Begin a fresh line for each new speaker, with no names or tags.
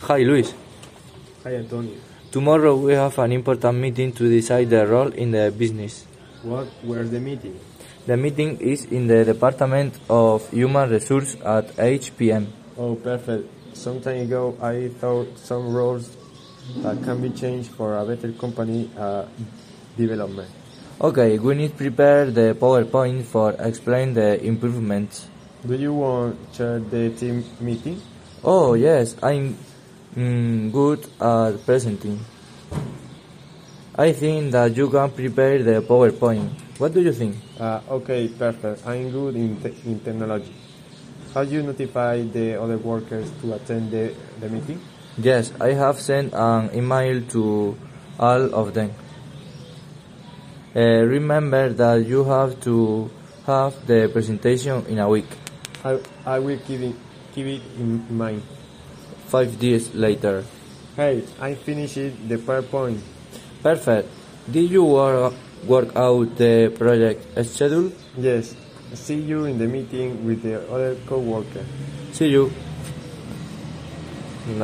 Hi, Luis.
Hi, Antonio.
Tomorrow we have an important meeting to decide the role in the business.
What Where's the meeting?
The meeting is in the Department of Human Resources at 8 p.m.
Oh, perfect. Some time ago, I thought some roles that can be changed for a better company uh, development.
Okay, we need prepare the PowerPoint for explain the improvements.
Do you want to chair the team meeting?
Oh yes, I'm mm, good at presenting. I think that you can prepare the PowerPoint. What do you think?
Uh, okay, perfect. I'm good in, te- in technology. How you notify the other workers to attend the, the meeting?
Yes, I have sent an email to all of them. Uh, remember that you have to have the presentation in a week,
I, I will keep it, keep it in mind.
five days later.
Hey, I finished the PowerPoint.
Perfect. Did you work, work out the project schedule?
Yes, see you in the meeting with the other co-worker.
See you.